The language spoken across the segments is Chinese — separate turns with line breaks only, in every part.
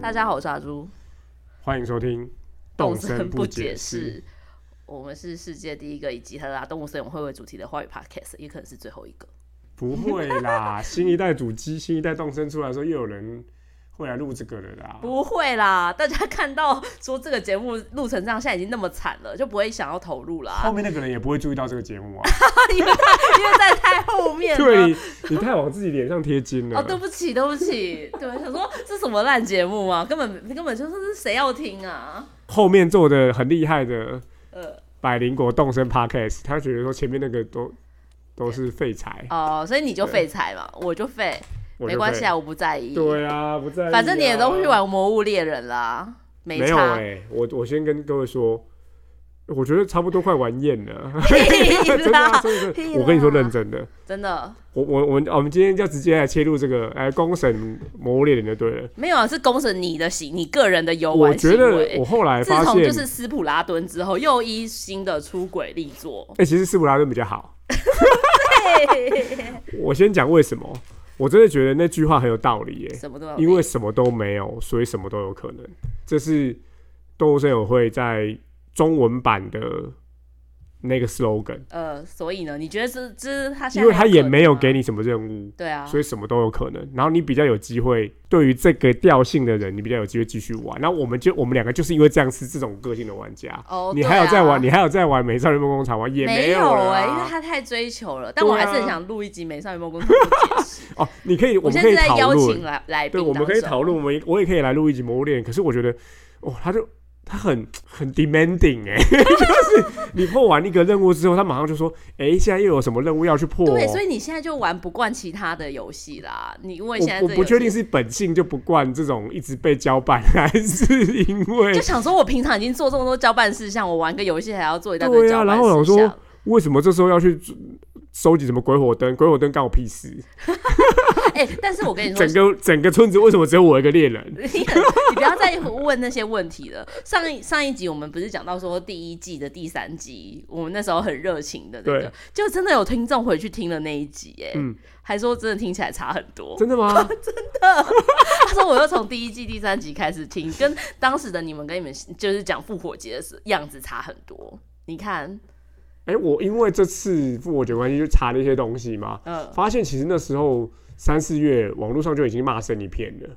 大家好，我是阿朱，
欢迎收听《
动
森
森不解
释
释。我们是世界第一个以吉特拉动物森友会为主题的华语 podcast，也可能是最后一个。》。
不会 啦，新一代主机、新一代动森出来的时候，又有人会来录这个了啦。
不会啦，大家看到说这个节目录成这样，现在已经那么惨了，就不会想要投入啦，
后面那个人也不会注意到这个节目啊。
因为他因为在太后 面
对
了。
你，你太往自己脸上贴金了。
哦，对不起，对不起，对，想说这什么烂节目啊，根本根本就是谁要听啊？
后面做的很厉害的
呃，
百灵果动森 Podcast，他觉得说前面那个都都是废材，
哦，所以你就废材嘛，我就废，
我就
没关系
废
啊，。我不在意。
对啊，不在意啊、
反正你也都去玩《魔物猎人》啦，没
没有
差
哎、。我我先跟各位说，我觉得差不多快玩厌了。
屁
真的啊，
啦，
真的
屁
是，我跟你说
啦
认真的。
真的
我我我啊们我们今天就直接来切入这个来公审魔猎人就对了。
没有啊，是公审你的行，你个人的游
我
玩行
觉得
为
我。后来
自
发
从
现，
就是斯普拉顿之后，又一新的出轨力作。
哎、其实斯普拉顿比较好。
嘿
我先讲为什么，我真的觉得那句话很有道理耶、
什么都有
因为什么都没有，所以什么都有可能。这是动物森友会在中文版的那个 slogan，
呃，所以呢，你觉得这这他现在
因为他也没有给
你
你什么任务，
对啊，
所以什么都有可能。然后你比较有机会，对于这个调性的人，你比较有机会继续玩。那我们就我们两个就是因为这样是这种个性的玩家。
哦，
你
对
还有在玩，
啊
你还有在玩《美少女梦工厂》吗？也
没
有了
哎、
啊
因为他太追求了。但我
对
还
啊
是很想录一集《美少女梦工厂》的 解释。
哦，你可以，
我
们
现
可
在
以
是在
讨
邀请
论，
来来宾
对，
当中，
我们可以讨论，我们我也可以来录一集《魔物猎人》。可是我觉得，哦，他就他很很 demanding 哎、 就是你破完一个任务之后，他马上就说，哎、现在又有什么任务要去破、哦？
对，所以你现在就玩不惯其他的游戏啦。你因为现在
我我
这个
不
游
确
戏
定是本性就不惯这种一直被交办， 还是因为
就想说，我平常已经做这么多交办事项，我玩个游戏还要做一大堆
对
交
啊
办
然后
事
我
项。
想说为什么这时候要去收集什么鬼火灯？鬼火灯干我屁事！
哎、但是我跟你 说
整，个整个村子为什么只有我一个猎 人？
你很你不要再问那些问题了。上一上一集我们不是讲到说第一季的第三集，我们那时候很热情的那个
对，
就真的有听众回去听了那一集、哎、
嗯
还说真的听起来差很多。
真的吗？
他说我又从第一季第三集开始听，跟当时的你们跟你们就是讲复活节的时样子差很多。你看，
哎、我因为这次复活节关系就查了一些东西嘛，
嗯，
发现其实那时候三四月网络上就已经骂声一片了，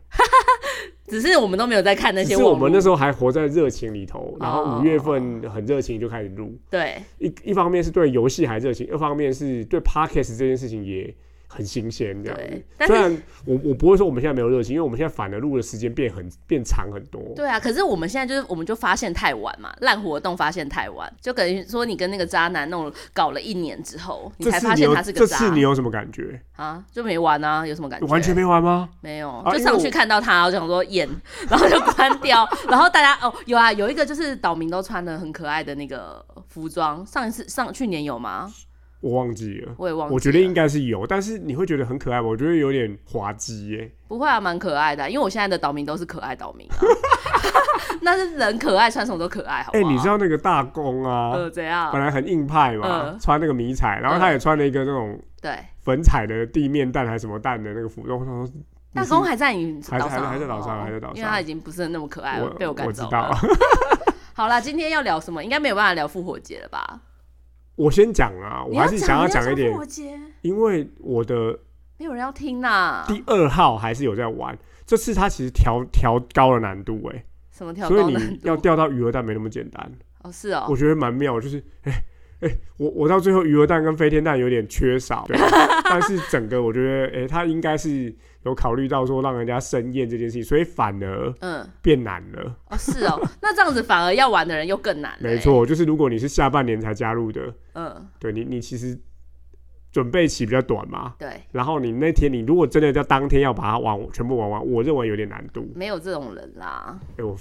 只是我们都没有在看那
只
些
是
网络。
我们那时候还活在热情里头，然
哦
后五月份很热情就开始录，
对
一一方面是对游戏还热情，二方面是对 podcast 这件事情也。很新鲜这样
对
子，
但是
虽然我我不会说我们现在没有热情，因为我们现在反而录的时间变很变长很多。
对啊，可是我们现在就是，我们就发现太晚嘛，烂活动发现太晚，就等于说你跟那个渣男弄搞了一年之后，你
这
才
次
发
你
现
有
他是个
这
渣
次你有什么感觉？
啊，就没玩啊，有什么感觉？
完全没玩吗？
没有，
啊因
就
为
上去
我
看到他，我想说演，然后就关掉，然后大家哦，有啊，有一个就是岛民都穿的很可爱的那个服装，上一次上去年有吗？
我忘记了，
我也忘记了，
我觉得应该是有，但是你会觉得很可爱吗，我觉得有点滑稽耶。
不会啊，蛮可爱的啊、因为我现在的岛民都是可爱岛民啊， 那是人可爱，穿什么都可爱，好不
哎、
好？
你知道那个大公啊，
呃怎样
本？来很硬派嘛，
嗯
穿那个迷彩，然后他也穿了一个那种
对，
粉彩的地面蛋还是什么蛋的那个服装，我想说
大
你是
公还在你岛
还在
上啊，
还在岛上
哦
还在岛上
因为他已经不是那么可爱了，被
我
赶
知
走
道
了。。好啦，今天要聊什么？应该没有办法聊复活节了吧？
我先讲啊，我还是想
要
讲一点
复，活节，
因为我的
没有人要听呐。
第二号还是有在玩，这次他其实调调高了难度哎、
什么跳
所以
高难
你要
度？
钓到鱼鹅蛋没那么简单。
哦，是哦
我，觉得蛮妙，就是 哎哎、我我到最后鱼鹅蛋跟飞天蛋有点缺少， 对但是整个我觉得哎、他应该是有考虑到说让人家生厌这件事情，所以反而
嗯，
变难了。
哦是哦，那这样子反而要玩的人又更难。欸
没，错，就是如果你是下半年才加入的，
嗯，
对你你其实准备期比较短嘛。
对，
然后你那天，你如果真的要当天要把它玩全部玩完，我认为有点难度。
没有这种人啦，
哎、 我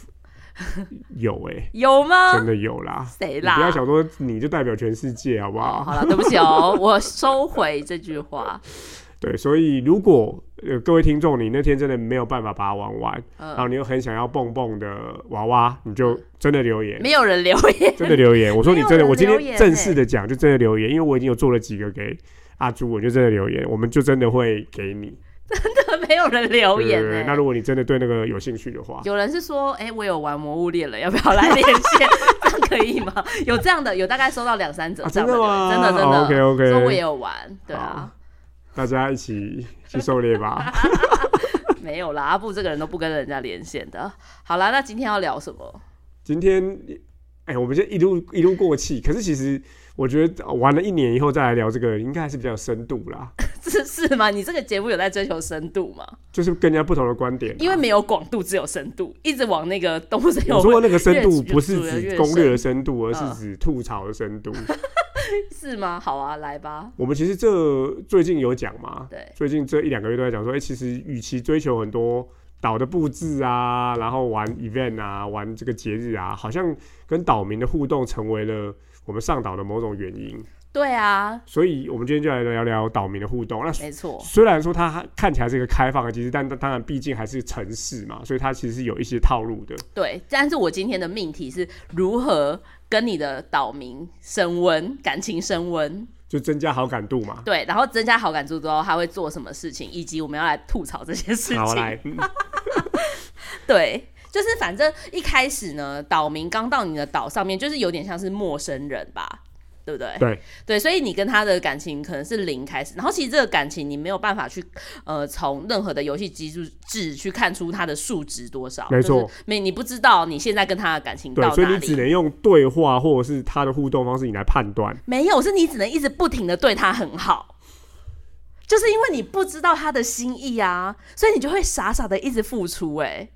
有哎、
有吗
真？的有啦！
谁
你
啦？
不要想说你就代表全世界，好不
哦，
好？
好了，对不起哦，我收回这 句话。
对，所以如果呃各位听众，你那天真的没有办法把它玩完，然后
嗯，
你又很想要蹦蹦的娃娃，你就真的留言，
没有人留言，
真的留言。我说你真
没有
的，
人
我今
留
天
言欸
正式的讲，就真的留言，因为我已经有做了几个给阿朱，我就真的留言，我们就真的会给你。
真的 没有人留言欸
对对
呢、
对那如果你真的对那个有兴趣的话，
有人是说，哎、我有玩《魔物猎人》，要不要来连线？这样可以吗？有这样的，有大概收到两三则
啊
这样
真的
留
吗
言，真的真
哦
的。
，OK，OK
说我也有玩，对啊，
大家一起去狩猎吧。
没有啦，阿布这个人都不跟人家连线的。好啦，那今天要聊什么？
今天，哎、我们先一路一路过气，可是其实我觉得呃玩了一年以后再来聊这个，应该还是比较有深度啦，
是是吗？你这个节目有在追求深度吗？
就是更加不同的观点啦。啊
因为没有广度，只有深度，一直往那个动物森友
我
会
说那个深度
越
不是
越
指
越深
攻略的深度，而是
嗯
指吐槽的深度。
是吗？好啊，来吧。
我们其实这最近有讲嘛，
对，
最近这一两个月都在讲说，哎、其实与其追求很多岛的布置啊，然后玩 event 啊，玩这个节日啊，好像跟岛民的互动成为了我们上岛的某种原因。
对啊，
所以，我们今天就来聊聊岛民的互动。那
没错，
虽然说它看起来是一个开放的机制，但当然毕竟还是城市嘛，所以它其实是有一些套路的。
对。但是我今天的命题是如何跟你的岛民升温，感情升温，
就增加好感度嘛。
对，然后增加好感度之后，他会做什么事情，以及我们要来吐槽这些事
好，
情。
来，嗯
对，就是反正一开始呢，岛民刚到你的岛上面，就是有点像是陌生人吧。对不对？
对
对，所以你跟他的感情可能是零开始，然后其实这个感情你没有办法去，呃，从任何的游戏机制去看出它的数值多少，
没错，
没你不知道你现在跟他的感情
对
到，
所以
哪
你只
里，
能用对话或者是他的互动方式，你来判断。
没有，是你只能一直不停的对他很好，就是因为你不知道他的心意啊，所以你就会傻傻的一直付出、哎，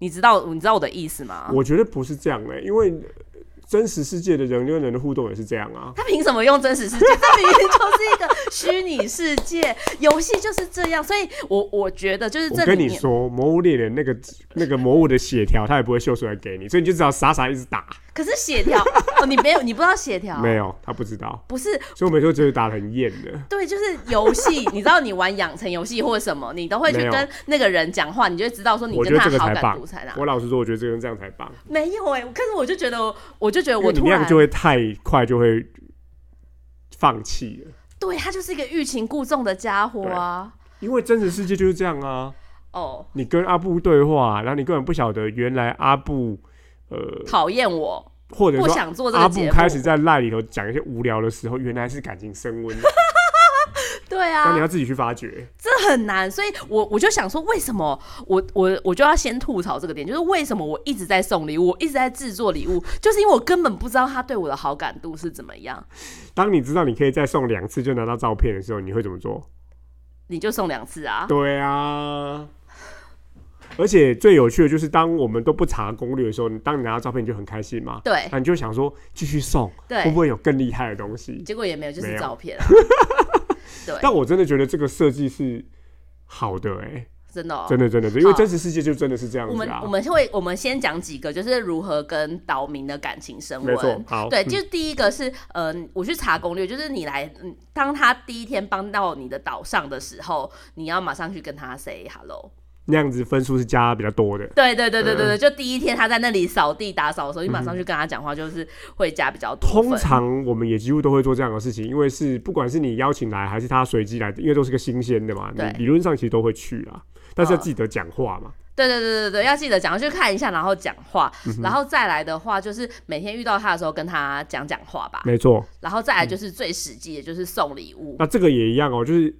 你知道你知道我的意思吗？
我觉得不是这样的、因为呃真实世界的人跟人的互动也是这样啊。
他凭什么用真实世界？这明明就是一个虚拟世界，游戏就是这样。所以我我觉得就是这
我跟
里
你
面，
说，魔物猎人那个那个魔物的血条，他也不会秀出来给你，所以你就只好傻傻一直打。
可是 协调哦，你没有，你不知道协调，
没有，他不知道，
不是
所以我每次都觉得打得很厌 的。
对，就是游戏，你知道你玩养成游戏或什么，你都会去
没有
跟那个人讲话，你就会知道说你
我觉
跟
得
他
这个
的好
才
感
棒
度在哪。
我老实说，我觉得这个这样才棒，
没有哎、可是我就觉得我，我就觉得
因为
我
你
突
那样
然
就会太快就会放弃了。
对他就是一个欲擒故纵的家伙啊。
因为真实世界就是这样啊，
哦，
你跟阿布对话，然后你根本不晓得原来阿布，呃，
讨厌我，
或者
不
说
想做这
阿
个
布
节目。
开始在赖里头讲一些无聊的时候，原来是感情升 温，
对啊，
那你要自己去发掘。
这很难，所以我我就想说，为什么我我我就要先吐槽这个点，就是为什么我一直在送礼物，我一直在制作礼物，就是因为我根本不知道他对我的好感度是怎么样，
当你知道你可以再送两次就拿到照片的时候，你会怎么 做？
你就送两次啊，
对啊。而且最有趣的就是，当我们都不查攻略的时候，你当你拿到照片，你就很开心嘛。
对
那你就想说，继续送，会
对
不，会有更厉害的东西？
结果也没有，就
没
是
有
照片、啊，对，
但我真的觉得这个设计是好的、欸，
真的、哦
哎，。真的真的，因为
好
真实世界就真的是这样
我
子
们
啊
我。们会我们先讲几个，就是如何跟岛民的感情升
没错
温，。
好，
对，
嗯
就是第一个是，呃，我去查攻略，就是你来，嗯当他第一天帮到你的岛上的时候，你要马上去跟他 say hello。
那样子分数是加比较多的。
对对对对
嗯
对对，就第一天他在那里扫地打扫的时候，你马上去跟他讲话，就是会加比较多分。
通常我们也几乎都会做这样的事情，因为是不管是你邀请来还是他随机来，因为都是个新鲜的嘛，你
对嗯
理论上其实都会去啦，但是要记得讲话嘛。
对对对对对，要记得讲，去看一下，然后讲话，
嗯
然后再来的话就是每天遇到他的时候跟他讲讲话吧，
没嗯错，
然后再来就是最实际的就是送礼物。
那这个也一样哦、就是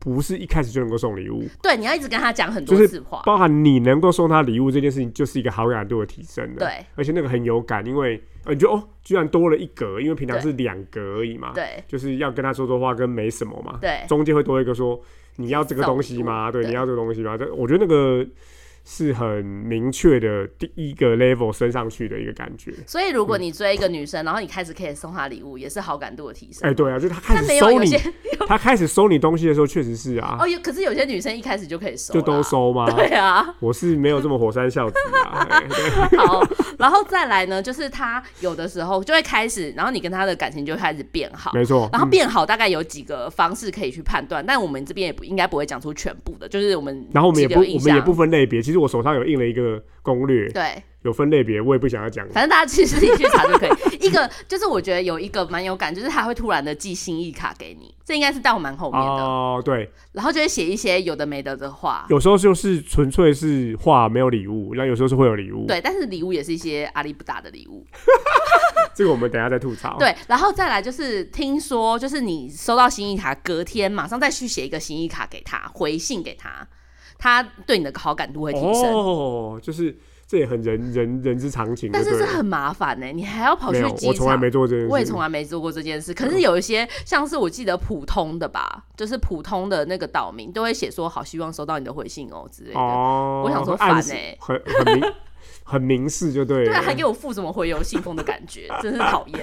不是一开始就能够送礼物，
对，你要一直跟他讲很
就
多
是
次话。
包含你能够送他礼物这件事情，就是一个好感度的提升了。，
对
而且那个很有感，因为呃，你就哦，居然多了一格，因为平常是两格而已嘛，
对
就是要跟他说说话跟没什么嘛，
对
中间会多一个说你要这个东西吗？
送礼物
对，
对
你要这个东西吗？这我觉得那个是很明确的第一个 level 升上去的一个感觉。
所以如
嗯
果你追一个女生，然后你开始可以送她礼物，也是好感度的提
哎、
升。
对啊，就是他开
但
始
没有
收
有
你
些，
他开始收你东西的时候，确实是啊，
哦，有可是有些女生一开始就可以收，
就都。收吗？
对啊，
我是没有这么火山孝子啊，哎对
好，然后再来呢，就是他有的时候就会开始，然后你跟他的感情就会开始变好。
没错。
然后
嗯
变好大概有几个方式可以去判断，但我们这边也不应该不会讲出全部的，就是我们
嗯然后我们也
几
不，
个有印
我们也
象
不分类别。其实实我手上有印了一个攻略，
对，
有分类别，我也不想要讲。
反正大家其实自己去查就可以。 一个就是我觉得有一个蛮有感，就是他会突然的寄心意卡给你，这应该是到蛮后面的，
哦，对，
然后就会写一些有的没的的话。
有时候就是纯粹是话没有礼物，然后有时候是会有礼物。，
对，但是礼物也是一些阿里不达的礼物。
这个我们等一下再吐槽。，
对，然后再来就是听说，就是你收到心意卡，隔天马上再去写一个心意卡给他，回信给他，他对你的好感度会提升。
哦，就是这也很人人人之常情就
但
对
是
了，
这很麻烦呢、欸你还要跑
没
去
有，
机
我从来
场。
没做这件事。
我也从来没做过这件事，可是有一些像是我记得普通的吧，就是普通的那个岛民都会写说好希望收到你的回信哦之类的，
哦，
我想说
暗
烦
示
欸
很很明很明示就对
对
了。
啊，还给我附什么回邮信封的感觉，真是讨厌。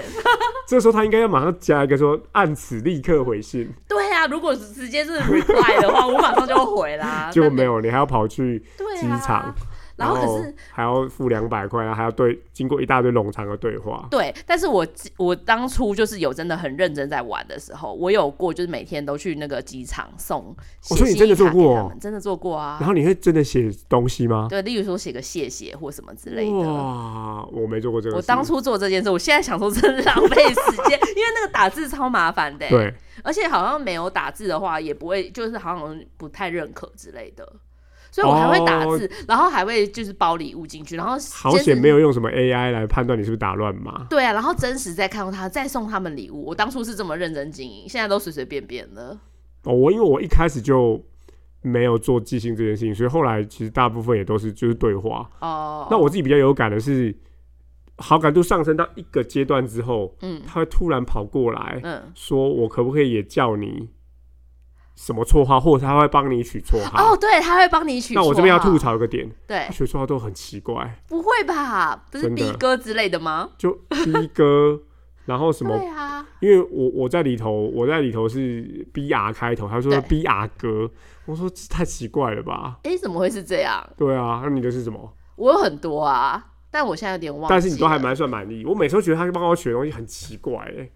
这时候他应该要马上加一个说按此立刻回信，
对啊，如果直接是 reply 的 话，我马上就会回啦。
结果
啊那
没有，你还要跑去
对啊
机场，
然后可是
还要付两百块，然后还要对经过一大堆冗长的对话。
对，但是我我当初就是有真的很认真在玩的时候，我有过就是每天都去那个机场送写
所以你
信
真的
卡
做
给
过
他
哦
们真的做过啊
然。后你会真的写东西吗？
对，例如说写个谢谢或什么之类的。
哇，我没做过这个事。
我当初做这件事，我现在想说真的浪费时 间，因为那个打字超麻烦的、，欸
对，
而且好像没有打字的话，也不会就是好像不太认可之类的，所以我还会打字，然后还会就是包礼物进去，然后
哦好
坚持
险没有用什么 AI 来判断你是不是打乱码。
对啊，然后真实再看到他，再送他们礼物。我当初是这么认真经营，现在都随随便便了。
哦，我因为我一开始就没有做寄信这件事情，所以后来其实大部分也都是就是对话。
哦，
那我自己比较有感的是，好感度上升到一个阶段之后，
嗯
他会突然跑过来
嗯，
说：“我可不可以也叫你什么绰号？”或者他会帮你取绰号。
哦，对，他会帮你取。哎
那我这边要吐，槽一个点，
对
他，取绰号都很奇怪，
不会吧？不是
真的
B 哥之类的吗？
就 B 哥，然后什么
对啊，
因为我我在里头，我在里头是 B R 开头，他说
对
B R 哥，我说这太奇怪了吧？
诶，怎么会是这样？
对啊，那你的是什么？
我有很多啊，但我现在有点忘记了。
但是你都还蛮算满意。我每次都觉得他帮我取的东西很奇怪、欸，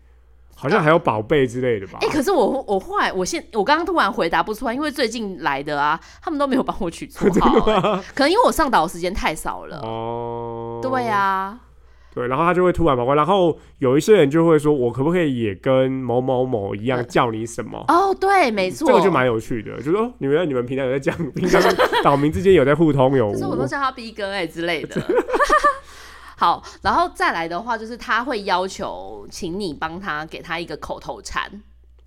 好像还有宝贝之类的吧
诶，？哎可是我我后来我现我刚刚突然回答不出来，因为最近来的啊，他们都没有帮我取 绰号、诶可能因为我上岛的时间太少了。
哦，
对、啊，
对，然后他就会突然跑过来，然后有一些人就会说，我可不可以也跟某某某一样
嗯
叫你什么？
哦，对，没
这
错，
个就蛮有趣的，就是哦，你们你们平常有在讲，平常岛民之间有在互通有无，
就是我都叫他逼哥哎、之类 的。 好，然后再来的话，就是他会要求请你帮他给他一个口头禅，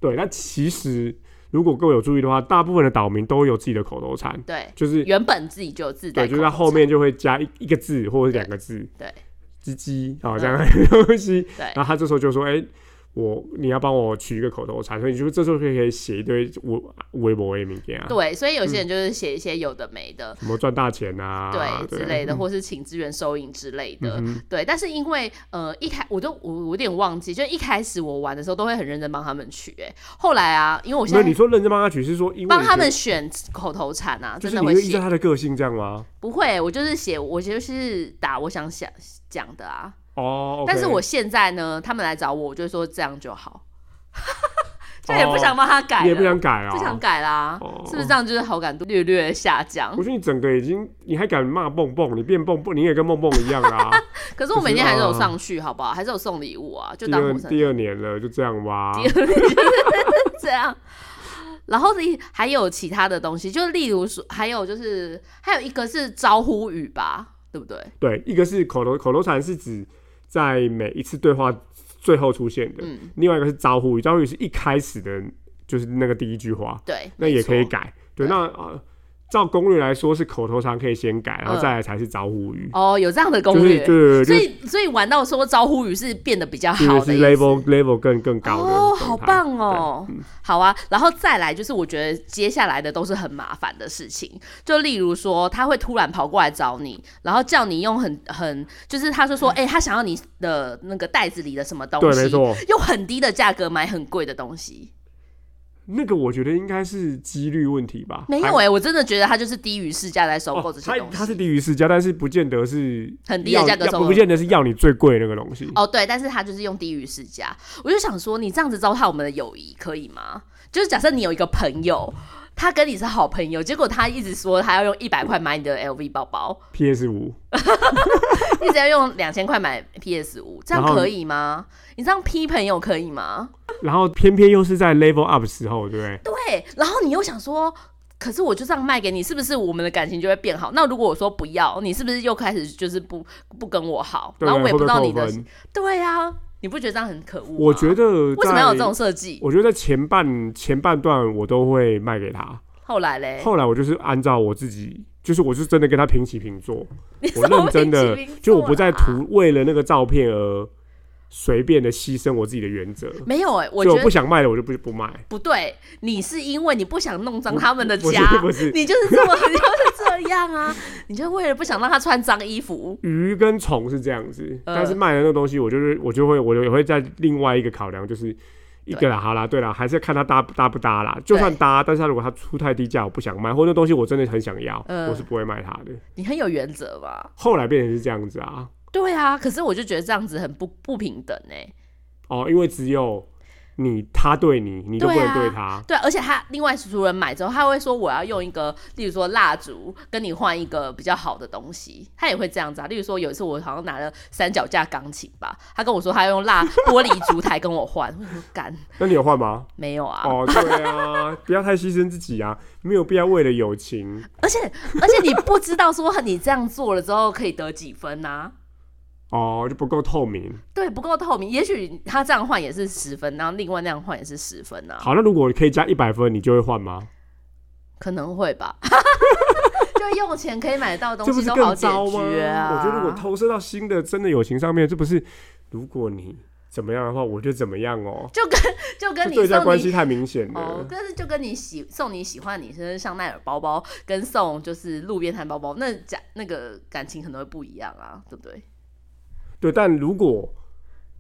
对，那其实如果各位有注意的话，大部分的岛民都有自己的口头禅，
对，
就是
原本自己就有自带
对，
口
就
头
是
禅，
它后面就会加一一个字或者是两个字，
对，
鸡鸡啊
嗯
这样的 东西。
对
然后他这时候就说：“哎、我你要帮我取一个口头禅，所以你就这时候就可以写一堆微微博、微名言啊，
对，所以有些人就是写一些有的没的，
什么赚大钱啊，
对之类的，
嗯
或是请支援收银之类的，
嗯哼
对。但是因为呃一开我都我我有点忘记，就一开始我玩的时候都会很认真帮他们取、哎，后来啊，因为我现
没有，你
在
说认真帮他取是说，因为
帮
你
他
觉得
们选口头禅啊，
就
真
是
的
你
会
会依
写
照他的个性这样吗？
不会，我就是写，我就是打我想想讲的啊。
哦，OK，
但是我现在呢，他们来找我，我就说这样就好，就也不想帮他
哦
改
你也
了，
不想改啊、
不想改啦，
哦
是不是这样？就是好感度略略下降
我。觉得你整个已经，你还敢骂蹦蹦，你变蹦蹦，你也跟蹦蹦一样啦、
可是我每天还是有
就是啊
上去，好不好？还是有送礼物 啊，就
第
当
二
火神
第二年了，就这样吧。
这样。然后呢，还有其他的东西，就例如说，还有就是，还有一个是招呼语吧，对不对？
对，一个是口头口头禅是指在每一次对话最后出现的，
嗯，
另外一个是招呼语，招呼语是一开始的，就是那个第一句话，
对，
那也可以
没错
改。对，
对
那、呃、照攻略来说是口头禅可以先改，然后
嗯
再来才是招呼语，
哦，有这样的攻
就是
略，
对对
所
对，
以所以玩到说招呼语是变得比较
就是
好
是
的意思
level level 更更高的
哦，
状
好
态嗯
棒哦，好啊，然后再来就是我觉得接下来的都是很麻烦的事情，就例如说他会突然跑过来找你，然后叫你用很很就是他就说哎、他想要你的那个袋子里的什么东
嗯对，
西，
没错，
用很低的价格买很贵的东西，
那个我觉得应该是几率问题吧，
没有
还
哎、我真的觉得他就是低于市价来收购
哦
这，
它
些东西。
它是低于市价，但是不见得是
很低的
要
价格
要
收购
不见得是要你最贵的那个东西。
哦，对，但是他就是用低于市价，我就想说，你这样子糟蹋我们的友谊可以吗？就是假设你有一个朋友，他跟你是好朋友，结果他一直说他要用一百块买你的 LV 包包，
PS 五，
一直要用两千块买 PS 五，这样
然后
可以吗？你这样批朋友可以吗？
然后偏偏又是在 level up 时候，对不对？
对，然后你又想说，可是我就这样卖给你，是不是我们的感情就会变好？那如果我说不要，你是不是又开始就是不不跟我好？
对
然后
不
我
对？会
也不
不
知
会
道
扣
你的，
分？
对啊，你不觉得这样很可恶吗？
我觉得
为什么要有这
在
种设计？
我觉得在前半前半段我都会卖给他，
后来嘞，
后来我就是按照我自己，就是我是真的跟他平起平 坐，
你
我认真的，
啊
就我不再
涂，
图为了那个照片而随便的牺牲我自己的原则，
没有哎、我
就
觉
我不
得
想卖了我就不不卖，
不对，你是因为你不想弄脏
不
他们的
不
家，
是不是。
你就是这么 你就是这样啊，你就为了不想让他穿脏衣服，
鱼跟虫是这样子，
呃
但是卖的那个东西，我就是我就会我也会在另外一个考量，就是一个啦，好
嗯
啦，对啦，还是要看它搭不搭不搭啦。就算搭，但是它如果它出太低价，我不想卖，或者那东西我真的很想要，
嗯
我是不会卖它的。
你很有原则吧？
后来变成是这样子啊，
对啊，可是我就觉得这样子很不不平等哎、
哦，因为只有你他对你，你都不
对
能
啊
对他。
对，而且他另外除了买之后，他会说我要用一个，例如说蜡烛，跟你换一个比较好的东西，他也会这样子啊。例如说有一次我好像拿了三脚架钢琴吧，他跟我说他用蜡 玻璃烛台跟我换，我说干
那你有换吗？
没有啊，
哦，对 啊，不要太牺牲自己啊，没有必要为了友情。
而且而且你不知道说你这样做了之后可以得几分呐、啊
哦，就不够透明。
对，不够透明。也许他这样换也是十分，然后另外那样换也是十分啊，
好，那如果可以加一百分，你就会换吗？
可能 会吧。就用钱可以买到的
这
东
不
西
是
都
更
好解
糟吗？
决啊！
我觉得如果投射到新的真的友情上面，这不是如果你怎么样的话，我就怎么样哦。
就跟就跟
这
你
对价
送
关
你
系太明显
哦
了，。
但是就跟你喜送你喜欢的女生香奈儿包包，跟送就是路边摊包包，那假那个感情可能会不一样啊，对不对？
对，但如果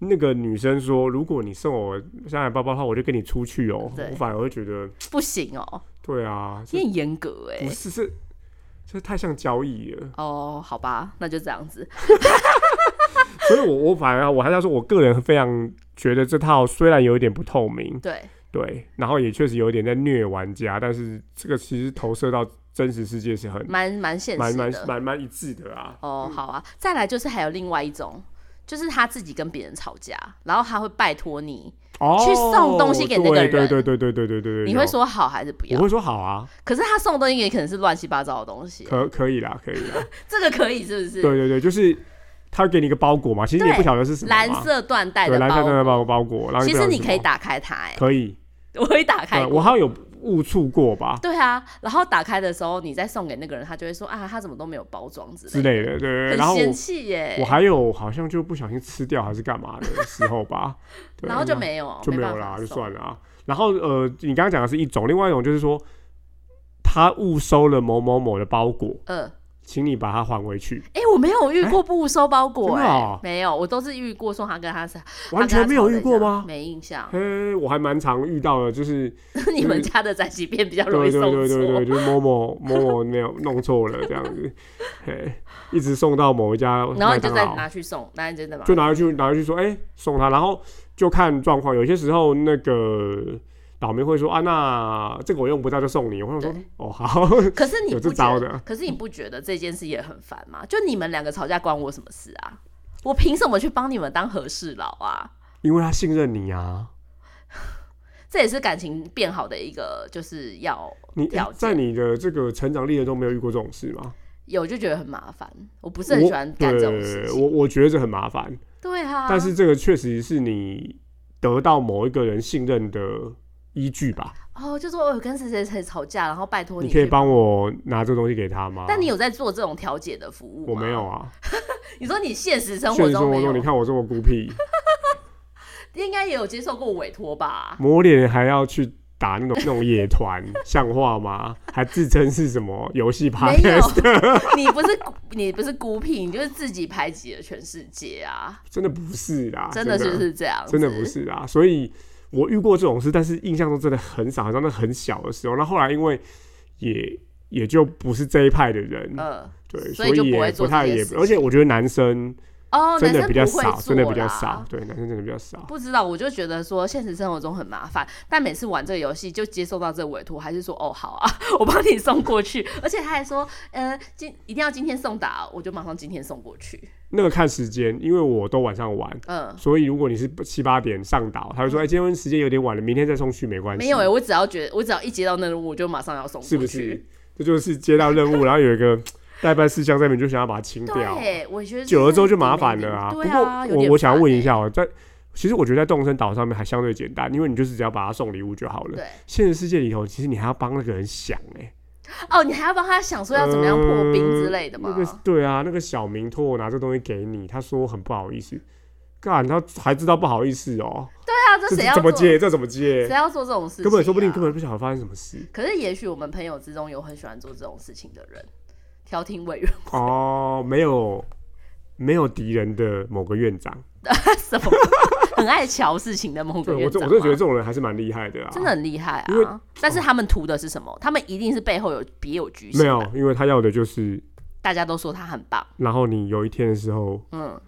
那个女生说，如果你送我香奈儿包包的话，我就跟你出去哦，
对
我反而会觉得，
不 行哦，
对啊，
你
这
很严格哎、
不是这这太像交易了。
哦，好吧，那就这样子。
所以我我反而我还是要说，我个人非常觉得这套虽然有一点不透明，
对，
对，然后也确实有一点在虐玩家，但是这个其实投射到真实世界是很
蛮蛮现
蛮
实
蛮
的。
蛮蛮一致的啊。
哦，好啊。再来就是还有另外一种，就是他自己跟别人吵架，然后他会拜托你，
哦
去送东西给那个人
对对对对对对对对，
你会
有，
说好还是不
我
要？
会说好啊，
可是他送的东西也可能是乱七八糟的东西，
可可以啦，可以啦，
这个可以是
对
不是？
对对，就是他会给你一个包裹嘛，其实你也
对
不晓得是什么嘛，
蓝色缎带
对
的
蓝色
包
的包
裹，
包裹，然后
其
不
实
晓得
你
是
可
什
以
么
打开它、哎，
可以，
我会打开
对
过
我好像有误触过吧
对啊，然后打开的时候，你再送给那个人，他就会说啊，他怎么都没有包装之
之
类
类的，对对
的，
对，然后
很
我
嫌弃耶。
我还有好像就不小心吃掉还是干嘛的时候 吧，对
然后就没有，
就没有
办
啦
法，
就
送
算了啊。然后呃，你刚刚讲的是一种，另外一种就是说，他误收了某某某的包裹，
呃，
请你把它还回去，
哎、我没有遇过不收包裹、
真
哎、
的哦
没有，我都是遇过送他跟他是
完全没有遇过吗？
没印 象，
嘿，我还蛮常遇到的， 就是
你们家的宅急便比较容易
对对
送
对对
错
对，。就是某 某某某没有弄错了这样子，嘿，一直送到某一家
然后
麦
你就
当
再
劳，
拿去送，那你就再拿
就拿回去拿回去说，哎、送他，然后就看状况，有些时候那个。岛民会说啊，那这个我用不到就送你。我想说
对，
哦好，
可是你
有
不
这
觉
招
得？
的，
可是你不觉得这件事也很烦吗？就你们两个吵架关我什么事啊？我凭什么去帮你们当和事佬啊？
因为他信任你啊。
这也是感情变好的一个，就是要
你
条件
在你的这个成长历程中没有遇过这种事吗？
有就觉得很麻烦，我不是很喜欢
我
干这种事
对
情。
我我觉得这很麻烦，
对啊，
但是这个确实是你得到某一个人信任的依据吧？
哦，就说我有跟谁谁谁吵架，然后拜托
你
你
可以
去。
帮我拿这个东西给他吗？
但你有在做这种调解的服务
我
吗
没有。啊，
你说你现实生
现
活
实生
中
活
没有
中你，看我这么孤僻，
应该也有接受过委托吧？
摸脸还要去。打那种那种野 团，像话吗？还自称是什么游戏
没
p
有
o，
你不是你不是孤僻，你就是自己排挤了全世界啊！
真的不是啦，
真的就是这样子，
啊真的不是啊，所以我遇过这种事，但是印象中真的很少，好像那很小的时候。那后来因为也也就不是这一派的人，
呃，
对，
所
所
以就不会
也
做
不太
这些
也
事，情
而且我觉得男生
哦，
真的比较
男生不会
少，真的
做
比较
啦
少，对，男生真的比较少。
不知道，我就觉得说现实生活中很麻烦，但每次玩这个游戏就接受到这个委托，还是说哦好啊， 我帮你送过去，而且他还说呃今一定要今天送达，我就马上今天送过去。
那个看时间，因为我都晚上玩，
嗯，
所以如果你是七八点上岛，他会说，哎、今天时间有点晚了，明天再送去没关系。
没有哎、我只要觉得我只要一接到那任务，我就马上要送过去。
是不是？这就是接到任务，然后有一个代办事项在那边，你就想要把它清掉。
对，我觉得
久了之后就
真的
麻
挺
烦
没
了啊。
礼
不
对啊，
过我我想要问一下哦，在其实我觉得在动身岛上面还相对简单，因为你就是只要把它送礼物就好
有点
了。
烦欸，
现实世界里头，其实你还要帮那个人想哎、
对哦，你还要帮他想说要怎么样破冰
呃
之类的吗
那？个对啊，那个小明托我拿这东西给你，他说很不好意思，干他还知道不好意思哦、
对啊，这
这
谁要
怎么
做？谁
接？这怎么接？
要做这种事情、啊？
根本说不定根本不晓得发生什么事
可是也许我们朋友之中有很喜欢做这种事情的人，调停委员
哦，没有没有敌人的某个院长，
什么， 很爱瞧事情的某
对
个
我
院
这
长
我
吗
真的觉得这种人还是蛮厉害的啊，
真的很厉害
因为
啊！但是他们图的是什么？他们一定是背后有别有居心。啊
没有，，因为他要的就是，
大家都说他很棒，
然后你有一天的时候，
嗯，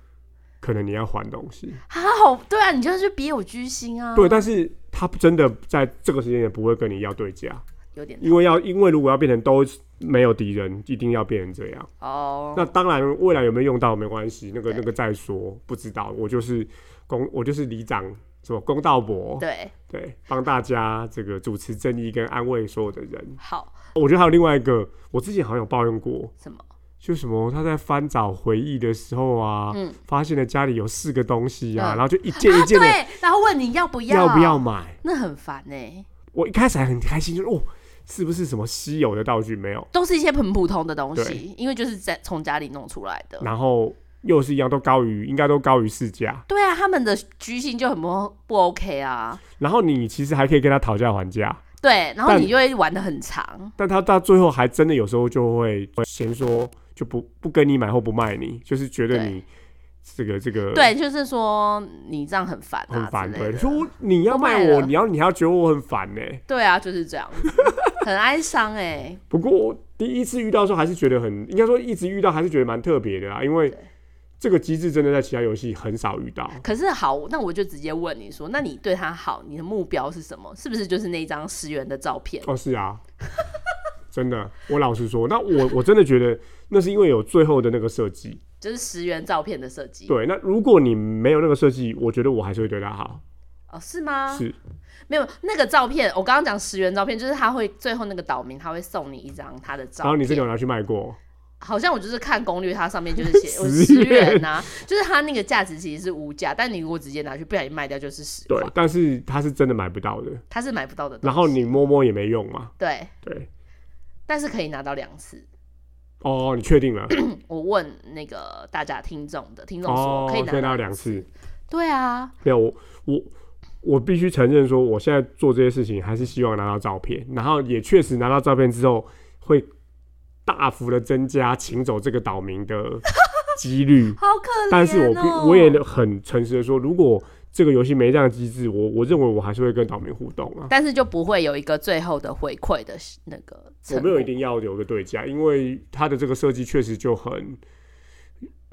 可能你要还东西，
他好对啊，你就是别有居心啊。
对，但是他真的在这个时间也不会跟你要对价，
有点
因为要因为如果要变成都没有敌人，一定要变成这样。
哦，
那当然，未来有没有用到没关系，那个
对
那个再说，不知道。我就是公，我就是里长，什么公道伯，
对，
对，帮大家这个主持正义跟安慰所有的人。
好
我觉得还有另外一个，我之前好像有抱怨过，
什么？
就什么他在翻找回忆的时候啊，
嗯
发现了家里有四个东西啊，
嗯啊
然后就一件一件的
对，然后问你要不
要不要买。
那很烦欸呢、
我一开始还很开心，就是哦，是不是什么稀有的道具没有？
都是一些很普通的东
对
西，因为就是在从家里弄出来的。
然后又是一样，都高于应该都高于市价。
对啊，他们的居心就很不不 OK 啊。
然后你其实还可以跟他讨价还价，
对，然后
但
你就会玩的很长，
但他到最后还真的有时候就会会嫌说就不不跟你买或不卖你，就是觉得
对
你这个这个
对，就是说你这样很烦
很
啊
烦，
之类
对，
的。
说你要
不卖
卖我，
了
你要你还要觉得我很烦呢、
对啊，就是这样子，很哀伤哎、
不过第一次遇到的时候还是觉得很，应该说一直遇到还是觉得蛮特别的啦，啊因为
对
这个机制真的在其他游戏很少遇到。
可是好，那我就直接问你说，那你对他好，你的目标是什么？是不是就是那张十元的照片？
哦，是啊，真的，我老实说，那我我真的觉得那是因为有最后的那个设计。
就是十元照片的设计？
对，那如果你没有那个设计，我觉得我还是会对他好。
哦，是吗？
是，
没有那个照片，我刚刚讲十元照片，就是他会最后那个岛民他会送你一张他的照片，
然后你真的有拿去卖过？
好像我就是看攻略，它上面就是 写我
十
十
元
元啊，就是它那个价值其实是无价，但你如果直接拿去不小心卖掉就是十
对
块，，
但是他是真的买不到的。
它是买不到的东西。
然后你摸摸也没用嘛。
对，
对，
但是可以拿到两次。
哦，你确定了？
嗯我问那个大家听众的听众说、
哦，
可以拿
可以拿
到
到两次。
对啊，
没有，我我我必须承认说，我现在做这些事情还是希望拿到照片，然后也确实拿到照片之后，会大幅的增加请走这个岛民 的几率。
好可怜、哦。
但是我必我也很诚实的说，如果这个游戏没这样的机制，我我认为我还是会跟岛民互动啊。
但是就不会有一个最后的回馈的那个成
我没
果。
有一定要有个对价，因为它的这个设计确实就很，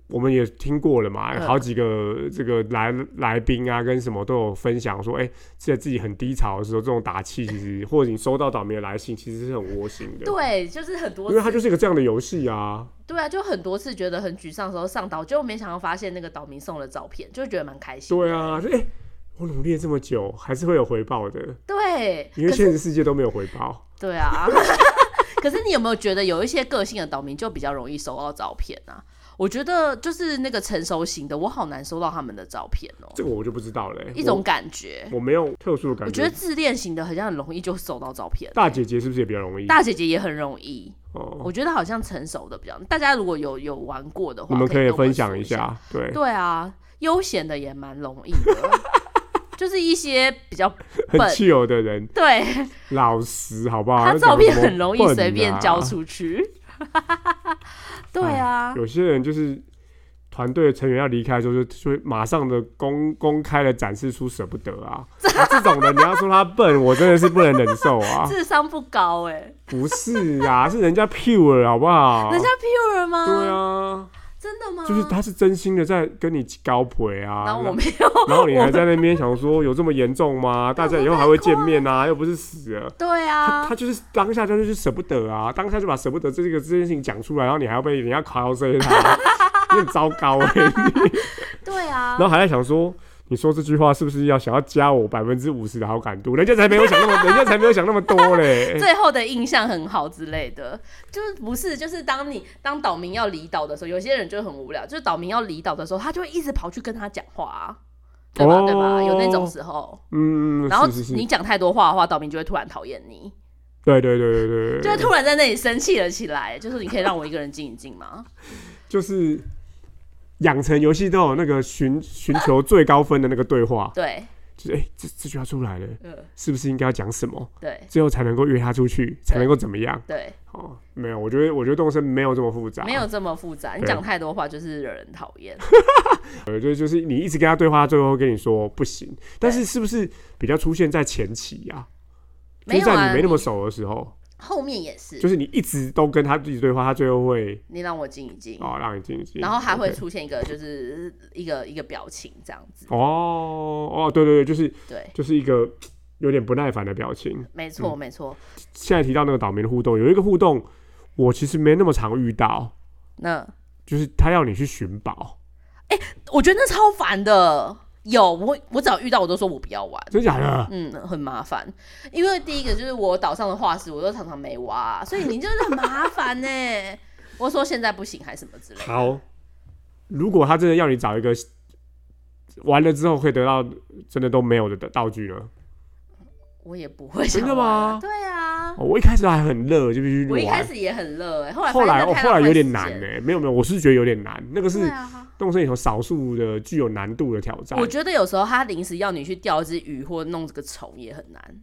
我们也听过了嘛，
嗯
好几个这个来来宾啊，跟什么都有分享说，哎、在自己很低潮的时候，这种打气其实，或者你收到岛民的来信，其实是很窝心的，
对，就是很多
因为它
次，
就是一个这样的游戏啊。
对啊，就很多次觉得很沮丧的时候上岛，就没想到发现那个岛民送了照片，就觉得蛮开心。
对啊，就哎、我努力了这么久，还是会有回报的，
对，
因为现实世界都没有回报。
对啊， 可是你有没有觉得有一些个性的岛民就比较容易收到照片啊？我觉得就是那个成熟型的，我好难收到他们的照片哦、
这个我就不知道了、欸
一种感觉。
我我没有特殊的感
我觉得自恋型的好像很容易就收到照片，
大姐姐是不是也比较容易？
大姐姐也很容
嗯
易。
哦，
我觉得好像成熟的比较，大家如果有有玩过的话，
你们可以
以跟我
分享
说
一
一。
下，对，
对啊，悠闲的也蛮容易的，就是一些比较
很
笨
自由的人。
对，
老实好不好？啊
他
那讲
照片
什么
很容易
笨啊哎
随便交。出去。对啊，
有些人就是团队成员要离开的时候，就就会马上的公公开的展示出舍不得 啊。啊这种人你要说他笨，我真的是不能忍受啊。
智商不高哎、
不是啊，是人家 pure 好不好？
人家 pure 吗？
对啊，
真的吗？
就是，他是真心的在跟你高陪啊，
嗯然后我没有，
然后你还在那边想说有这么严重吗？大家以后还会见面啊，又不是死了。
对
他
啊
他，就是当下就是舍不得啊， 当下就把舍不得这个这件事情讲出来，然后你还要被人家 cos 他， 你很糟糕哎、
对啊
然，后还在想说，你说这句话是不是要想要加我百分之五十的好感度？人家才没有想那 么，人家才没有想那么多嘞。
最后的印象很好之类的，就是不是就是当你当岛民要离岛的时候，有些人就很无聊，就是岛民要离岛的时候，他就会一直跑去跟他讲话、啊，对吧？
哦
对吧？有那种时候，
嗯，
然后
是是
你
是，
讲太多话的话，岛民就会突然讨厌你，
对对对对
就
对，
会突然在那里生气了起来。就是你可以让我一个人静一 静吗？
就是养成游戏都有那个寻寻求最高分的那个对话，
对，
就是哎、这这句话出来了，
嗯，
是不是应该要讲什么，
对
最后才能够约他出去，才能够怎么样？
对，
哦，没有，我觉得我觉得动身没有这么复杂，
没有这么复杂。你
啊对
讲太多话就是惹人讨厌。
呃，就就是你一直跟他对话，最后会跟你说不行。但是是不是比较出现在前期呀、就
没
是
有
在
啊，
你没那么熟的时候，
后面也是，
就是你一直都跟他一直对话，他最后会
你让我静一静。
哦让你进去，
嗯然后还会
OK
出现一个就是一个一个表情这样子，
哦哦，对对对，就是
对，
就是一个有点不耐烦的表情。
没错没错。
现在提到那个岛民的互动，有一个互动我其实没那么常遇到，
那
就是他要你去寻宝，
我觉得那超烦的。有我，我只要遇到我都说我不要玩，
真假的？
嗯，很麻烦。因为第一个就是我岛上的化石，我都常常没挖、所以你就是很麻烦呢、 我说现在不行还是什么之类的，
好，如果他真的要你找一个完了之后会得到真的都没有的道具呢？
我也不会想
真的
玩
吗
啊对啊，
哦我一开始还很热，就必须
我一开
玩。
始也很热哎、后来
后
发现
来
那
哦，
太
后来
浪费
有
时
点
间
难呢、没有没有，我是觉得有点难，那个
对
是
啊。
动森里头少数的具有难度的挑战
我。觉得有时候他临时要你去钓一只鱼或弄个虫也很难，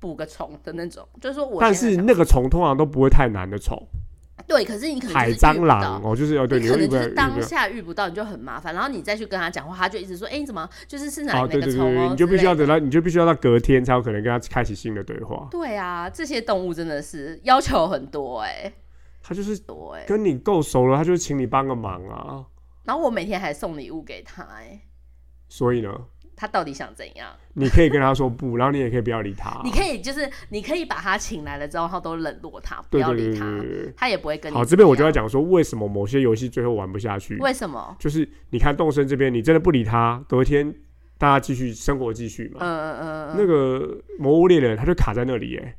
捕个虫的那种，就是说我
但
现在
是
想
那个虫通常都不会太难的虫，
对，可是你可能
海
嗯就是遇
蟑
不
螂
到。
哦，就是哦，对，
你可
会遇
能
不
就
到
是
遇
当
不到
下遇不到，你就很麻烦。然后你再去跟他讲话，他就一直说：“哎、你怎么就是是哪
哦，
哪
对
个
对对
虫
对，
哦？”
你就必须要
之类
等
的。
到，你就必须要到隔天才有可能跟他开启新的对话。
对啊，这些动物真的是要求很多哎、
他就是
多哎、
跟你够熟了，他就请你帮个忙啊。
然后我每天还送礼物给他哎、
所以呢，
他到底想怎样？
你可以跟他说不，然后你也可以不要理他。
你可以就是你可以把他请来了之后，然后都冷落他，不
对
要
对
理
对对
他，
对对
他也不会跟
对。
你。
好，这边我就要，讲说，为什么某些游戏最后玩不下去？
为什么？
就是你看动森这边，你真的不理他，隔天大家继续生活继续嘛。
嗯嗯嗯嗯，
那个魔物猎人他就卡在那里耶，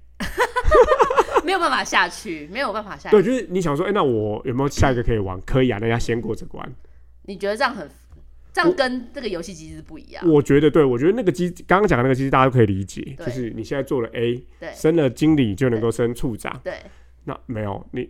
没有办法下去，没有办法下去。
对，就是你想说，哎、那我有没有下一个可以玩？可以啊，那要先过这关。
你觉得这样很，这样跟这个游戏机制不一样？
我觉得对，我觉得那个机刚刚讲的那个机制大家都可以理解，
嗯对
就是你现在做了 A，
对
升了经理就能够升处长，
对
那没有你。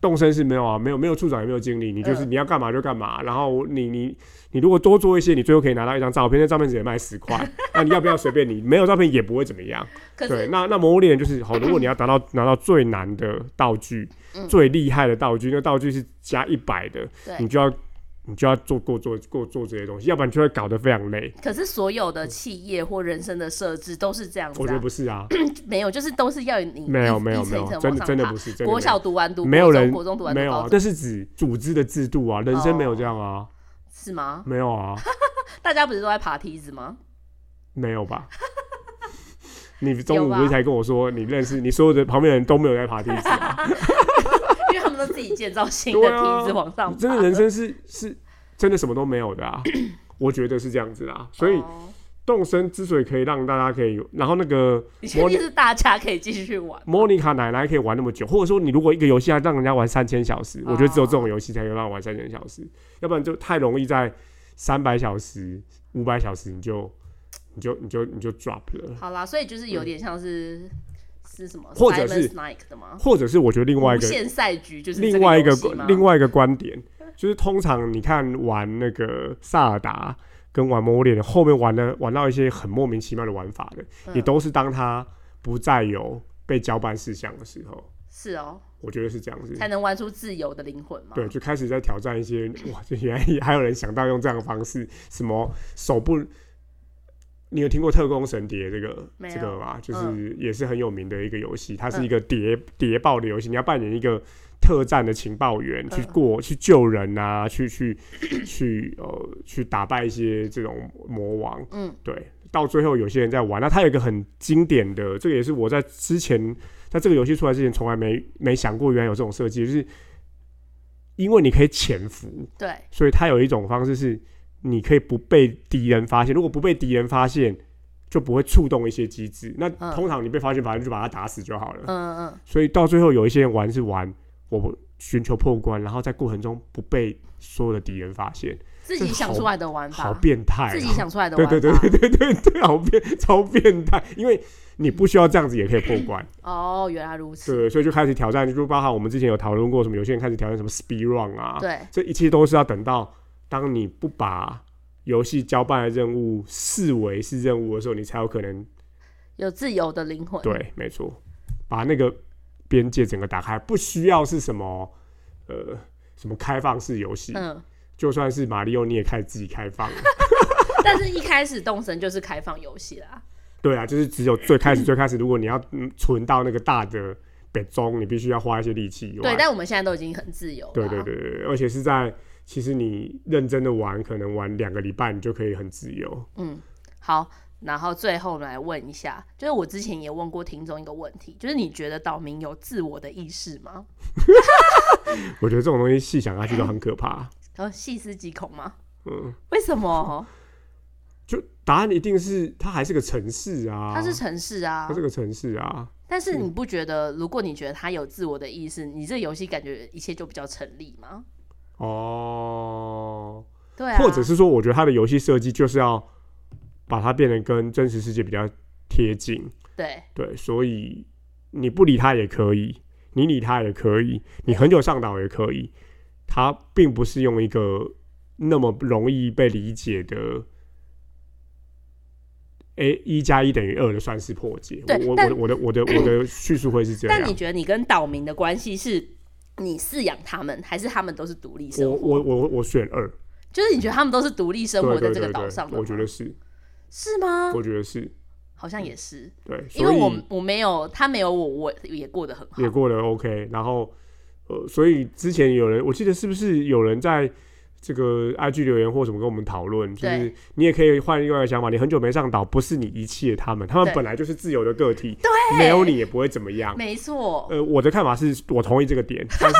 动身是没有啊，没有没有处长也没有经理，你就是
嗯
你要干嘛就干嘛，然后你你你如果多做一些，你最后可以拿到一张照片，那照片只能卖十 块，那你要不要随便你？没有照片也不会怎么样。
可
对，
是
那那魔物猎人就是好，如果你要达到拿到最难的道具，
嗯
最厉害的道具，那道具是加一百的，你
对，
就要你就要做过做过做这些东西，要不然你就会搞得非常累。
可是所有的企业或人生的设置都是这样
嗯我
子、
觉得
啊，
不是 啊，
没有，就是都是要你
没有
一
没有
一
没
层一
有，
层
真
往
的
上
真的
爬
不是，真的
国
没有
小读完读，
没有
国中
人
国中读完读
没有
高
啊
中，
这是指组织的制度啊，人生没有
哦
这样啊，
是吗？
没有啊，
大家不是都在爬梯子吗？
没有吧？你中
有
午
吧
不是才跟我说你认识你所有的旁边人都没有在爬梯子 啊？
因为他们都自己建造新的
对啊
梯子往上爬，
真的人生是是真的什么都没有的啊，我觉得是这样子啦，所以。
哦
动身之所以可以让大家可以，然后那个
你确定是大家可以继续玩？
莫妮卡奶奶可以玩那么久，或者说你如果一个游戏要让人家玩三千小时，
哦
我觉得只有这种游戏才能让玩三千小时，要不然就太容易在三百小时、五百小时你就你就你就你就 drop 了，
好啦，所以就是有点像是、是什么，
嗯或者是
Nike 的吗？
或者是我觉得另外一
无
个
限赛局就是这
另外一个
游戏吗
另外一个观点，就是通常你看玩那个萨尔达跟玩魔物猎人，后面玩的玩到一些很莫名其妙的玩法的，也
嗯
都是当他不再有被交办事项的时候。
是哦，
我觉得是这样子。
才能玩出自由的灵魂嘛。
对，就开始在挑战一些哇，就原来还有人想到用这样的方式，什么手不，你有听过特工神碟这个
没有
这个吗？就是
嗯
也是很有名的一个游戏，它是一个谍谍报的游戏，你要扮演一个特战的情报员去
嗯
过、去救人啊，去去去呃去打败一些这种魔王。
嗯，
对，到最后有些人在玩，那它有一个很经典的，这个也是我在之前在这个游戏出来之前从来没没想过原来有这种设计，就是因为你可以潜伏，
对，
所以它有一种方式是你可以不被敌人发现，如果不被敌人发现。就不会触动一些机制。那
嗯
通常你被发现，反正就把他打死就好了。
嗯嗯
所以到最后有一些人玩是玩我不寻求破关，然后在过程中不被所有的敌人发现，
嗯，自己
这
想
好
出来的玩
好
法，
变态、啊！
自己想出来的
对
玩法，
对对对对对对，好变超变态，因为你不需要这样子也可以破关，
哦，原来如此，
对，所以就开始挑战，就包含我们之前有讨论过什么，有些人开始挑战什么 speed run 啊，
对，
这一切都是要等到当你不把游戏交办的任务视为是任务的时候，你才有可能
有自由的灵魂，
对，没错，把那个边界整个打开，不需要是什么呃什么开放式游戏，
嗯，
就算是马里奥你也开始自己开放了。
但是一开始动森就是开放游戏啦，
对啊，就是只有最开始最开始，如果你要嗯存到那个大的北中，你必须要花一些力气以外。
对，但我们现在都已经很自由了，
对对，对对对而且是在其实你认真的玩，可能玩两个礼拜你就可以很自由。
嗯，好。然后最后我们来问一下，就是我之前也问过听众一个问题，就是你觉得岛民有自我的意识吗？
我觉得这种东西细想下去都很可怕。
然后呃细思极恐吗？
嗯，
为什么？
就答案一定是它还是个城市啊，
它是城市啊
它，是个城市啊。
但是你不觉得，如果你觉得他有自我的意识，你这个游戏感觉一切就比较成立吗？
哦，
对啊，
或者是说，我觉得它的游戏设计就是要把它变得跟真实世界比较贴近，
对
对，所以你不理它也可以，你理它也可以，你很久上岛也可以，它并不是用一个那么容易被理解的。诶，一加一等于二的算式破解。
对
我我
但
我的我的我的叙述会是这
但
样
你。觉得你跟岛民的关系是你饲养他们，还是他们都是独立生
我
活？
我我我选二，
就是你觉得他们都是独立生活
对
在
对
这个
对
岛上
对，
的吗
我觉得是，
是吗？
我觉得是
好像也是，
对。
因
所
为
以。
我我没有他没有我，我也过得很好
也。过得 OK。然后，呃，所以之前有人，我记得是不是有人在这个 IG 留言或什么跟我们讨论，就
对
是你也可以换另外一个想法，你很久没上岛，不是你遗弃了他们，他们
对
本来就是自由的个体，
对
没有你也不会怎么样。
没错，
呃，我的看法是我同意这个点，但 是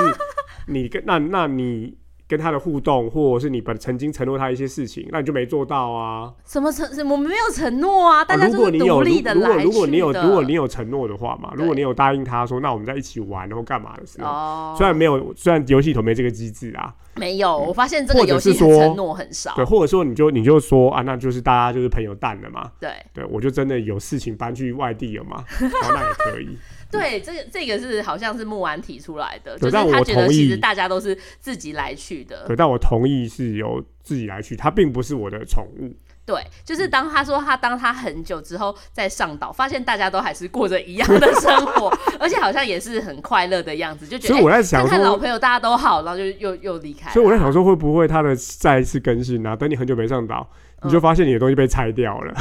你跟那那你。跟他的互动，或者是你本曾经承诺他一些事情，那你就没做到啊。
什么承什么我们没有承诺啊，哦大
啊
家
如
都
果
是
你有
独
如
立的
如果
来
如果你有
去的。
如果你有承诺的话嘛，如果
对
你有答应他说，那我们在一起玩，然后干嘛的时候，
哦，
虽然没有，虽然游戏里头没这个机制啊，
没有，我发现这个
或者
游戏
是说
承诺很少
对，。或者说你就你就说啊，那就是大家就是朋友淡了嘛，
对
对我就真的有事情搬去外地了 嘛，然后那也可以，
对，这个这个是好像是木丸提出来的，就
对
是
但
他
我
觉得
同
其
意
实大家都是自己来去的。
对，但我同意是由自己来去，它并不是我的宠物，
对，就是
嗯
当他说他当他很久之后再上岛，发现大家都还是过着一样的生 活，而且好像也是很快乐的样子，就觉得
所以我在
哎
想
看看老啊
说，
朋友大家都好，然后就又又离开了。
所以我在想说会不会它的再一次更新啊？等你很久没上岛，
嗯
你就发现你的东西被拆掉 了。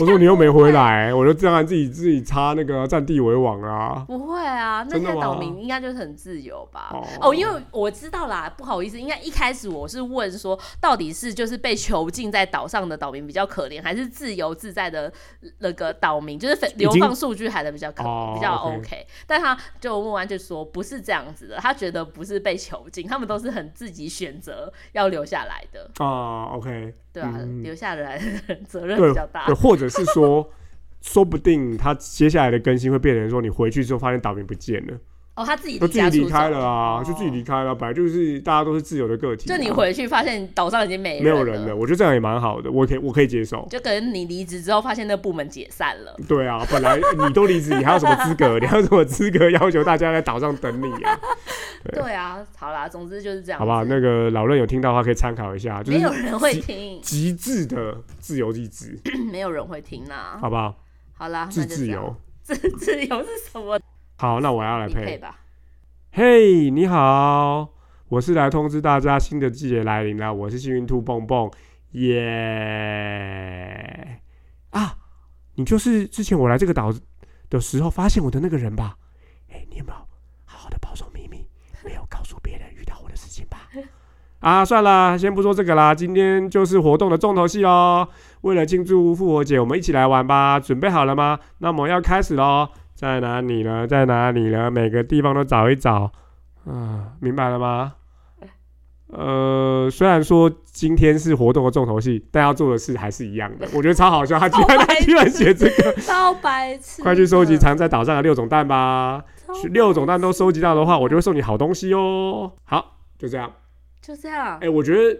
我说你又没回来，我就当然自己自己插那个占地为王啊。
不会啊，那
真
些
的吗
岛民应该就是很自由吧？
哦
哦，因为我知道啦，不好意思，应该一开始我是问说，到底是就是被囚禁在岛上的岛民比较可怜，还是自由自在的那个岛民，就是非
已
流
经
放数据海的比较可
哦
比较
OK
OK？但他就问完就说不是这样子的，他觉得不是被囚禁，他们都是很自己选择要留下来的，
啊，OK，
对啊，
嗯
留下来的人 责任
对
比较大
对，。或者是 说，说不定他接下来的更新会变成说，你回去之后发现岛民不见了，
哦，他自己
都
离
自
家
己
出
离开
走哦
了啊，就自己离开了，本来就是大家都是自由的个体啊、
就你回去发现岛上已经没
没有
人
人了，我觉得这样也蛮好的，我可以我可以接受。
就可能你离职之后发现那个部门解散了，
对啊，本来你都离职，你还有什么资 格？你还有什么资格要求大家在岛上等你啊？对
对啊，好啦，总之就是这样子，
好不好？那个老任有听到的话，可以参考一下，就
没
是
有人会听，
极致的自由意志，
没有人会听啦。
好不好？
好啦，那
自
就这
自
样。
由。
自自由是什么？
好，那我要来
你配
配。
吧。
嘿你好，我是来通知大家新的季节来临了。我是幸运兔蹦蹦，耶、啊，你就是之前我来这个岛的时候发现我的那个人吧？哎、你有没有好好的保守秘 啊，算了，先不说这个啦，今天就是活动的重头戏哦。为了庆祝复活节，我们一起来玩吧。准备好了吗？那么要开始喽。在哪里呢？在哪里呢？每个地方都找一找。啊，明白了吗？呃，虽然说今天是活动的重头戏，但要做的事还是一样的。我觉得超好笑，他居然他居然写这个，
超白痴的。
快去收集藏在岛上的六种蛋吧。
哦
超白痴
六种蛋都收集到的话，我就会送你好东西哦。好，就这样。
就这样
哎、。我觉得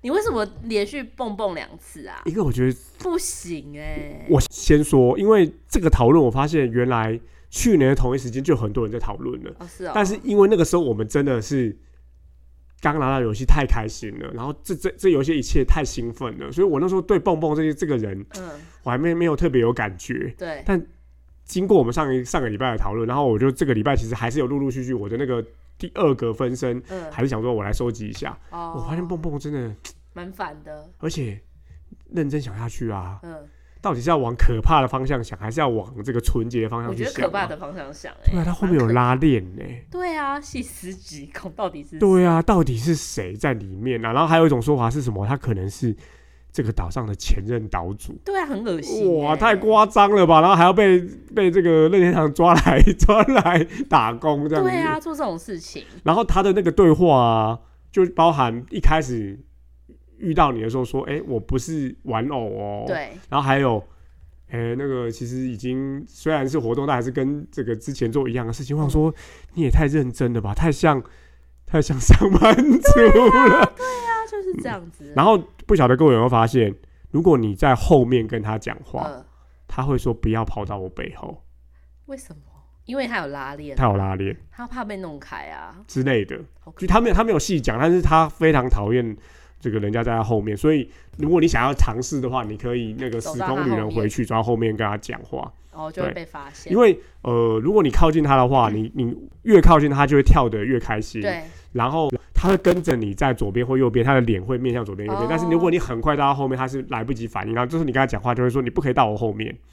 你为什么连续蹦蹦两次啊？
一个，我觉得
不行哎、
我先说，因为这个讨论，我发现原来去年的同一时间就有很多人在讨论了，
哦是哦，
但是因为那个时候我们真的是刚拿到游戏太开心了，然后这这这游戏一切太兴奋了，所以我那时候对蹦蹦这些这个人
嗯，
我还没没有特别有感觉。
对，
经过我们上一上个礼拜的讨论，然后我就这个礼拜其实还是有陆陆续续我的那个第二个分身，
嗯，
还是想说我来收集一下。
哦，
哎我发现蹦蹦真的，
蛮烦的，
而且认真想下去啊，
嗯，
到底是要往可怕的方向想，还是要往这个纯洁的方
我
向去
觉
想、啊？
得可怕的方向想哎、
对啊，他后面有拉链呢、
对啊，细思极恐，到底是
对啊，到底是谁在里面啊？然后还有一种说法是什么？他可能是这个岛上的前任岛主。
对啊，很恶心、欸，
哇，太夸张了吧！然后还要被被这个任天堂抓来抓来打工这样子。
对啊，做这种事情，
然后他的那个对话啊，就包含一开始遇到你的时候说：“哎、我不是玩偶哦。”。
对，
然后还有，哎、那个其实已经虽然是活动，但还是跟这个之前做一样的事情。我想说，你也太认真了吧，太像太像上班族了。
他就是这样子。
嗯然后不晓得各位有没有发现，如果你在后面跟他讲话，
呃，
他会说不要跑到我背后，
为什么？因为他有拉链，
他有拉链
他怕被弄开啊。
之类的。
好可
就他没有他没有细讲，但是他非常讨厌这个人家在他后面，所以如果你想要尝试的话，你可以那个
走
时
到他
空旅人
后面
回去，抓后面跟他讲话。
哦，就会
对
被发现。
因为呃，如果你靠近他的话，你你越靠近他，就会跳得越开心。
对，
然后他会跟着你在左边或右边，他的脸会面向左边右边。
哦
但是如果你很快到他后面，他是来不及反应，然后就是你跟他讲话，就会说你不可以到我后面。
哦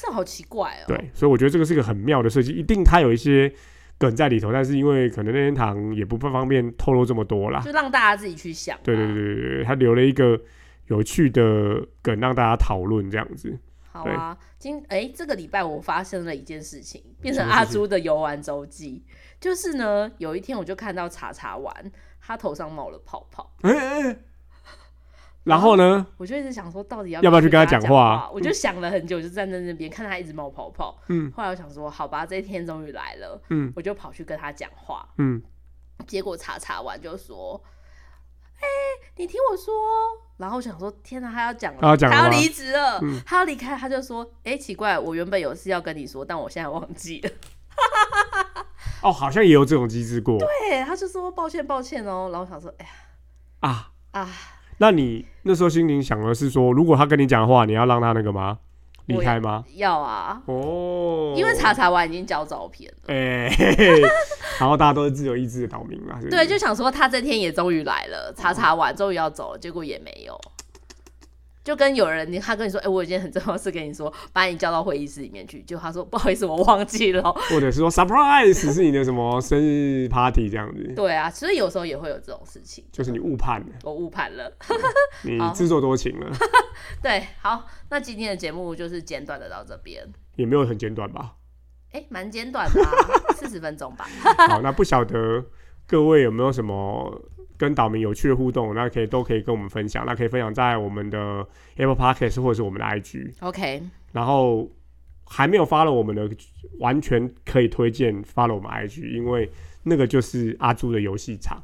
是好奇怪哦。
对，所以我觉得这个是个很妙的设计，一定它有一些梗在里头，但是因为可能任天堂也不方便透露这么多啦。
就让大家自己去想吧。
对对对对对，他留了一个有趣的梗让大家讨论这样子。
好啊，今哎、这个礼拜我发生了一件事情，变
什
成
么
阿
事情
朱的游玩周记。就是呢，有一天我就看到查查玩，他头上冒了泡泡，
哎哎哎然后呢？
我就一直想说，到底要
要不要去
跟
跟他
讲
讲话
我就想了很久，就站在那边看他一直冒泡泡。
嗯
后来我想说，好吧，这一天终于来了，
嗯
我就跑去跟他讲话。
嗯，
结果查查完就说：“哎、你听我说。”然后我想说：“天哪，他要讲了，
他要讲了吗
他要离职了，
嗯
他要离开。”他就说：“哎、奇怪，我原本有事要跟你说，但我现在忘记了。
哦，好像也有这种机制过”
对，他就说：“抱歉，抱歉哦。”然后我想说：“哎呀
啊。
啊，
那你那时候心里想的是说，如果他跟你讲话，你要让他那个吗？离
我
开吗？
要啊，
哦，
因为查查完已经交照片了。”
哎、 嘿嘿然后大家都是自由意志的岛民嘛，是不是
对，就想说他这天也终于来了，查查完终于要走了，结果也没有。就跟有人，他跟你说：“哎、我有一件很重要的事跟你说，把你叫到会议室里面去。”就他说：“不好意思，我忘记了。”
或者是说 surprise 是你的什么生日 party 这样子，
对啊，所以有时候也会有这种事情，
就是你误判了，
我误判了。
你
好
自作多情了，
对，好，那今天的节目就是简短的到这边，
也没有很简短吧？
哎、蛮简短 的、啊，四十分钟吧。
好，那不晓得各位有没有什么跟岛民有趣的互动，那可以都可以跟我们分享，那可以分享在我们的 Apple Podcast 或者是我们的 IG，
OK，
然后还没有 follow 我们的，完全可以推荐 follow 我们 IG，因为那个就是阿朱的游戏 场。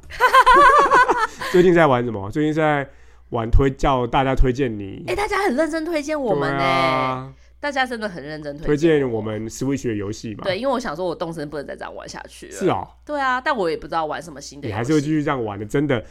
最近在玩什么？最近在玩推叫大家推荐你
哎、。大家很认真推荐我们
对
呢、
啊，
大家真的很认真推
推荐
荐
我。们 Switch 的游戏嘛？，
对，因为我想说，我动身不能再这样玩下去了。
是哦，
对啊，但我也不知道玩什么新的
你
游戏。
还是会继续这样玩的，真的。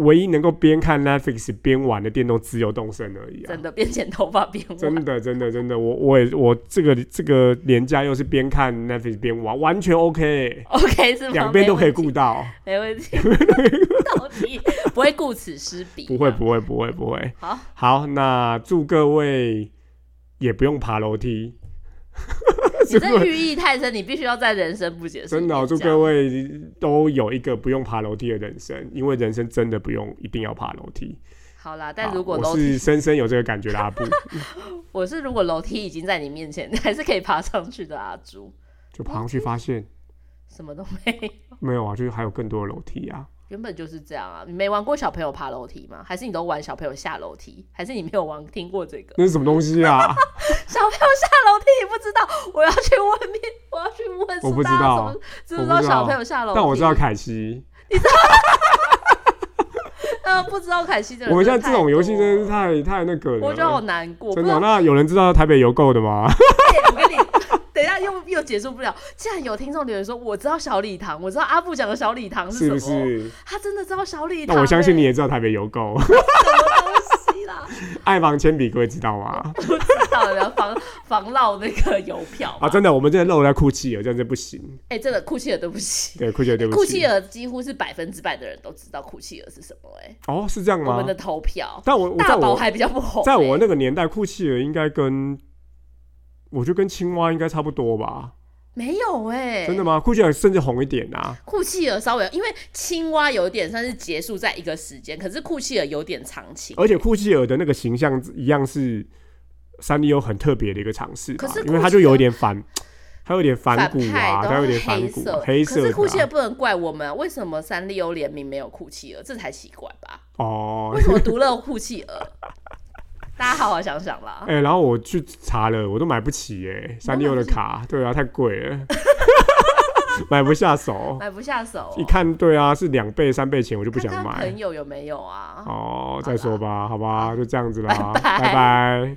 唯一能够边看 Netflix 边玩的电动只有动森而已啊！
真的边剪头发边
真
玩。
的，真的，真的，我我也我这个这个年假又是边看 Netflix 边玩，完全 OK，欸
OK，是吗？
两边都可以
没问
顾
题，
到，
没问题。 到底不会顾此失彼？啊
不会，不会，不会，不会。
好，
好，那祝各位也不用爬楼梯，
你这寓意太深，你必须要在人生不解释。
真的、哦，祝各位都有一个不用爬楼梯的人生，因为人生真的不用一定要爬楼梯。
好啦，但如果
我
楼
是
梯，
深深有这个感觉的阿布，
我是如果楼梯已经在你面前，你 还是可以爬上去的。阿朱，
就爬上去发现
什么都没，
没有啊，就是还有更多的楼梯啊。
原本就是这样啊。你没玩过小朋友爬楼梯吗？还是你都玩小朋友下楼梯？还是你没有玩听过这个
那是什么东西啊？
小朋友下楼梯？你不知道？我要去问面，我要去问
我不
苏大
知道
什么，知不
我
知道
不知道
小朋友下楼梯？
但我知道凯西，
呃，不知道凯西的人。
我们现在这种游戏真的是
是太
太太那个
多了，我觉得好
了。
难过。
真
不知
的哦、
道
那有人知道台北邮购的 吗？
我跟你，等一下又又结束不了。竟然有听众留言说，我知道小礼堂，我知道阿布讲的小礼堂
是
什
不
么，
是？
他真的知道小礼堂、
那我相 信你也知道台北邮购，
什么东西欸啦，
爱房铅笔各位知道 吗？
不知道的防防漏那个邮票嘛
啊，真的，我们真的漏了哭泣了，这样子不行。
哎、真的库奇尔，对不起。
对，哭泣了，对不起。
库奇尔几乎是百分之百的人都知道库奇尔是什么、哎，
哦，是这样
我
吗
们的？投票，
但我我在
大宝
我
还比较不红、
在我
哎
那个年代，酷企鹅应该跟，我觉得跟青蛙应该差不多吧？
没有哎、
真的吗？酷企鹅甚至红一点啊！
库契尔稍微有，因为青蛙有点算是结束在一个时间，可是库契尔有点长情。
而且酷企鹅的那个形象一样是三丽鸥很特别的一个尝试吧
可是，
因为它
酷企
就
鹅
有一点 反，它有点反
反
骨
派
啊，它有
都
点
是
反
黑
骨
色，，
黑
可
色
是库契
的
尔
啊。
不能怪我们，为什么三丽鸥联名没有库契尔？这才奇怪吧？
哦
为，什么独乐库契尔？大家好好想想啦。
哎，然后我去查了，我都买不起哎，三丽鸥的卡，对啊，太贵了， 买不下 手。
买不下手、
一看，对啊，是两倍、三倍钱，我就不想
看看
买
朋。友有没有啊？
哦，再说吧，好吧，就这样子啦，
拜拜
拜拜